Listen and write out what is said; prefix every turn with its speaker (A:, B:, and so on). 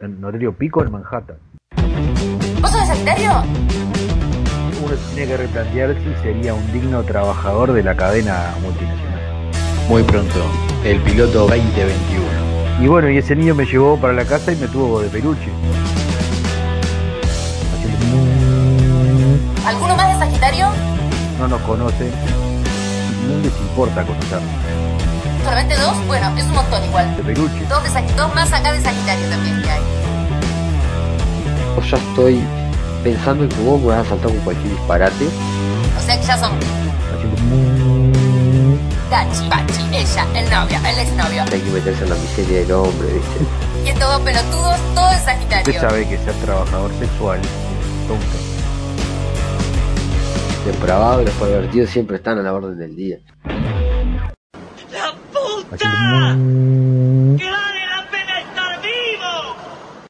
A: en horario pico en Manhattan.
B: ¿Vos sos sanitario?
A: Uno tiene que replantearse si sería un digno trabajador de la cadena multinacional.
C: Muy pronto, el piloto 2021.
A: Y bueno, y ese niño me llevó para la casa y me tuvo de peluche.
B: ¿Alguno más de Sagitario?
A: No nos conoce, no les importa conocernos.
B: ¿Solamente dos? Bueno, es un montón igual.
A: De peluche.
B: Dos, de Sag- dos más acá de Sagitario también que hay.
D: Yo ya estoy pensando en que vos me vas a saltar con cualquier disparate.
B: O sea que ya son
A: Haciendo mu-
B: Tachi, Pachi, ella, el novio, el exnovio.
D: Hay que meterse en la miseria del hombre, ¿viste?
B: Y estos dos pelotudos, todo es
A: Usted
B: Sagitario.
A: sabe que ser trabajador sexual es tonto.
D: Depravado y los pervertidos siempre están a la orden del día.
A: 啊 Haciendo mu-
E: ¡Claro!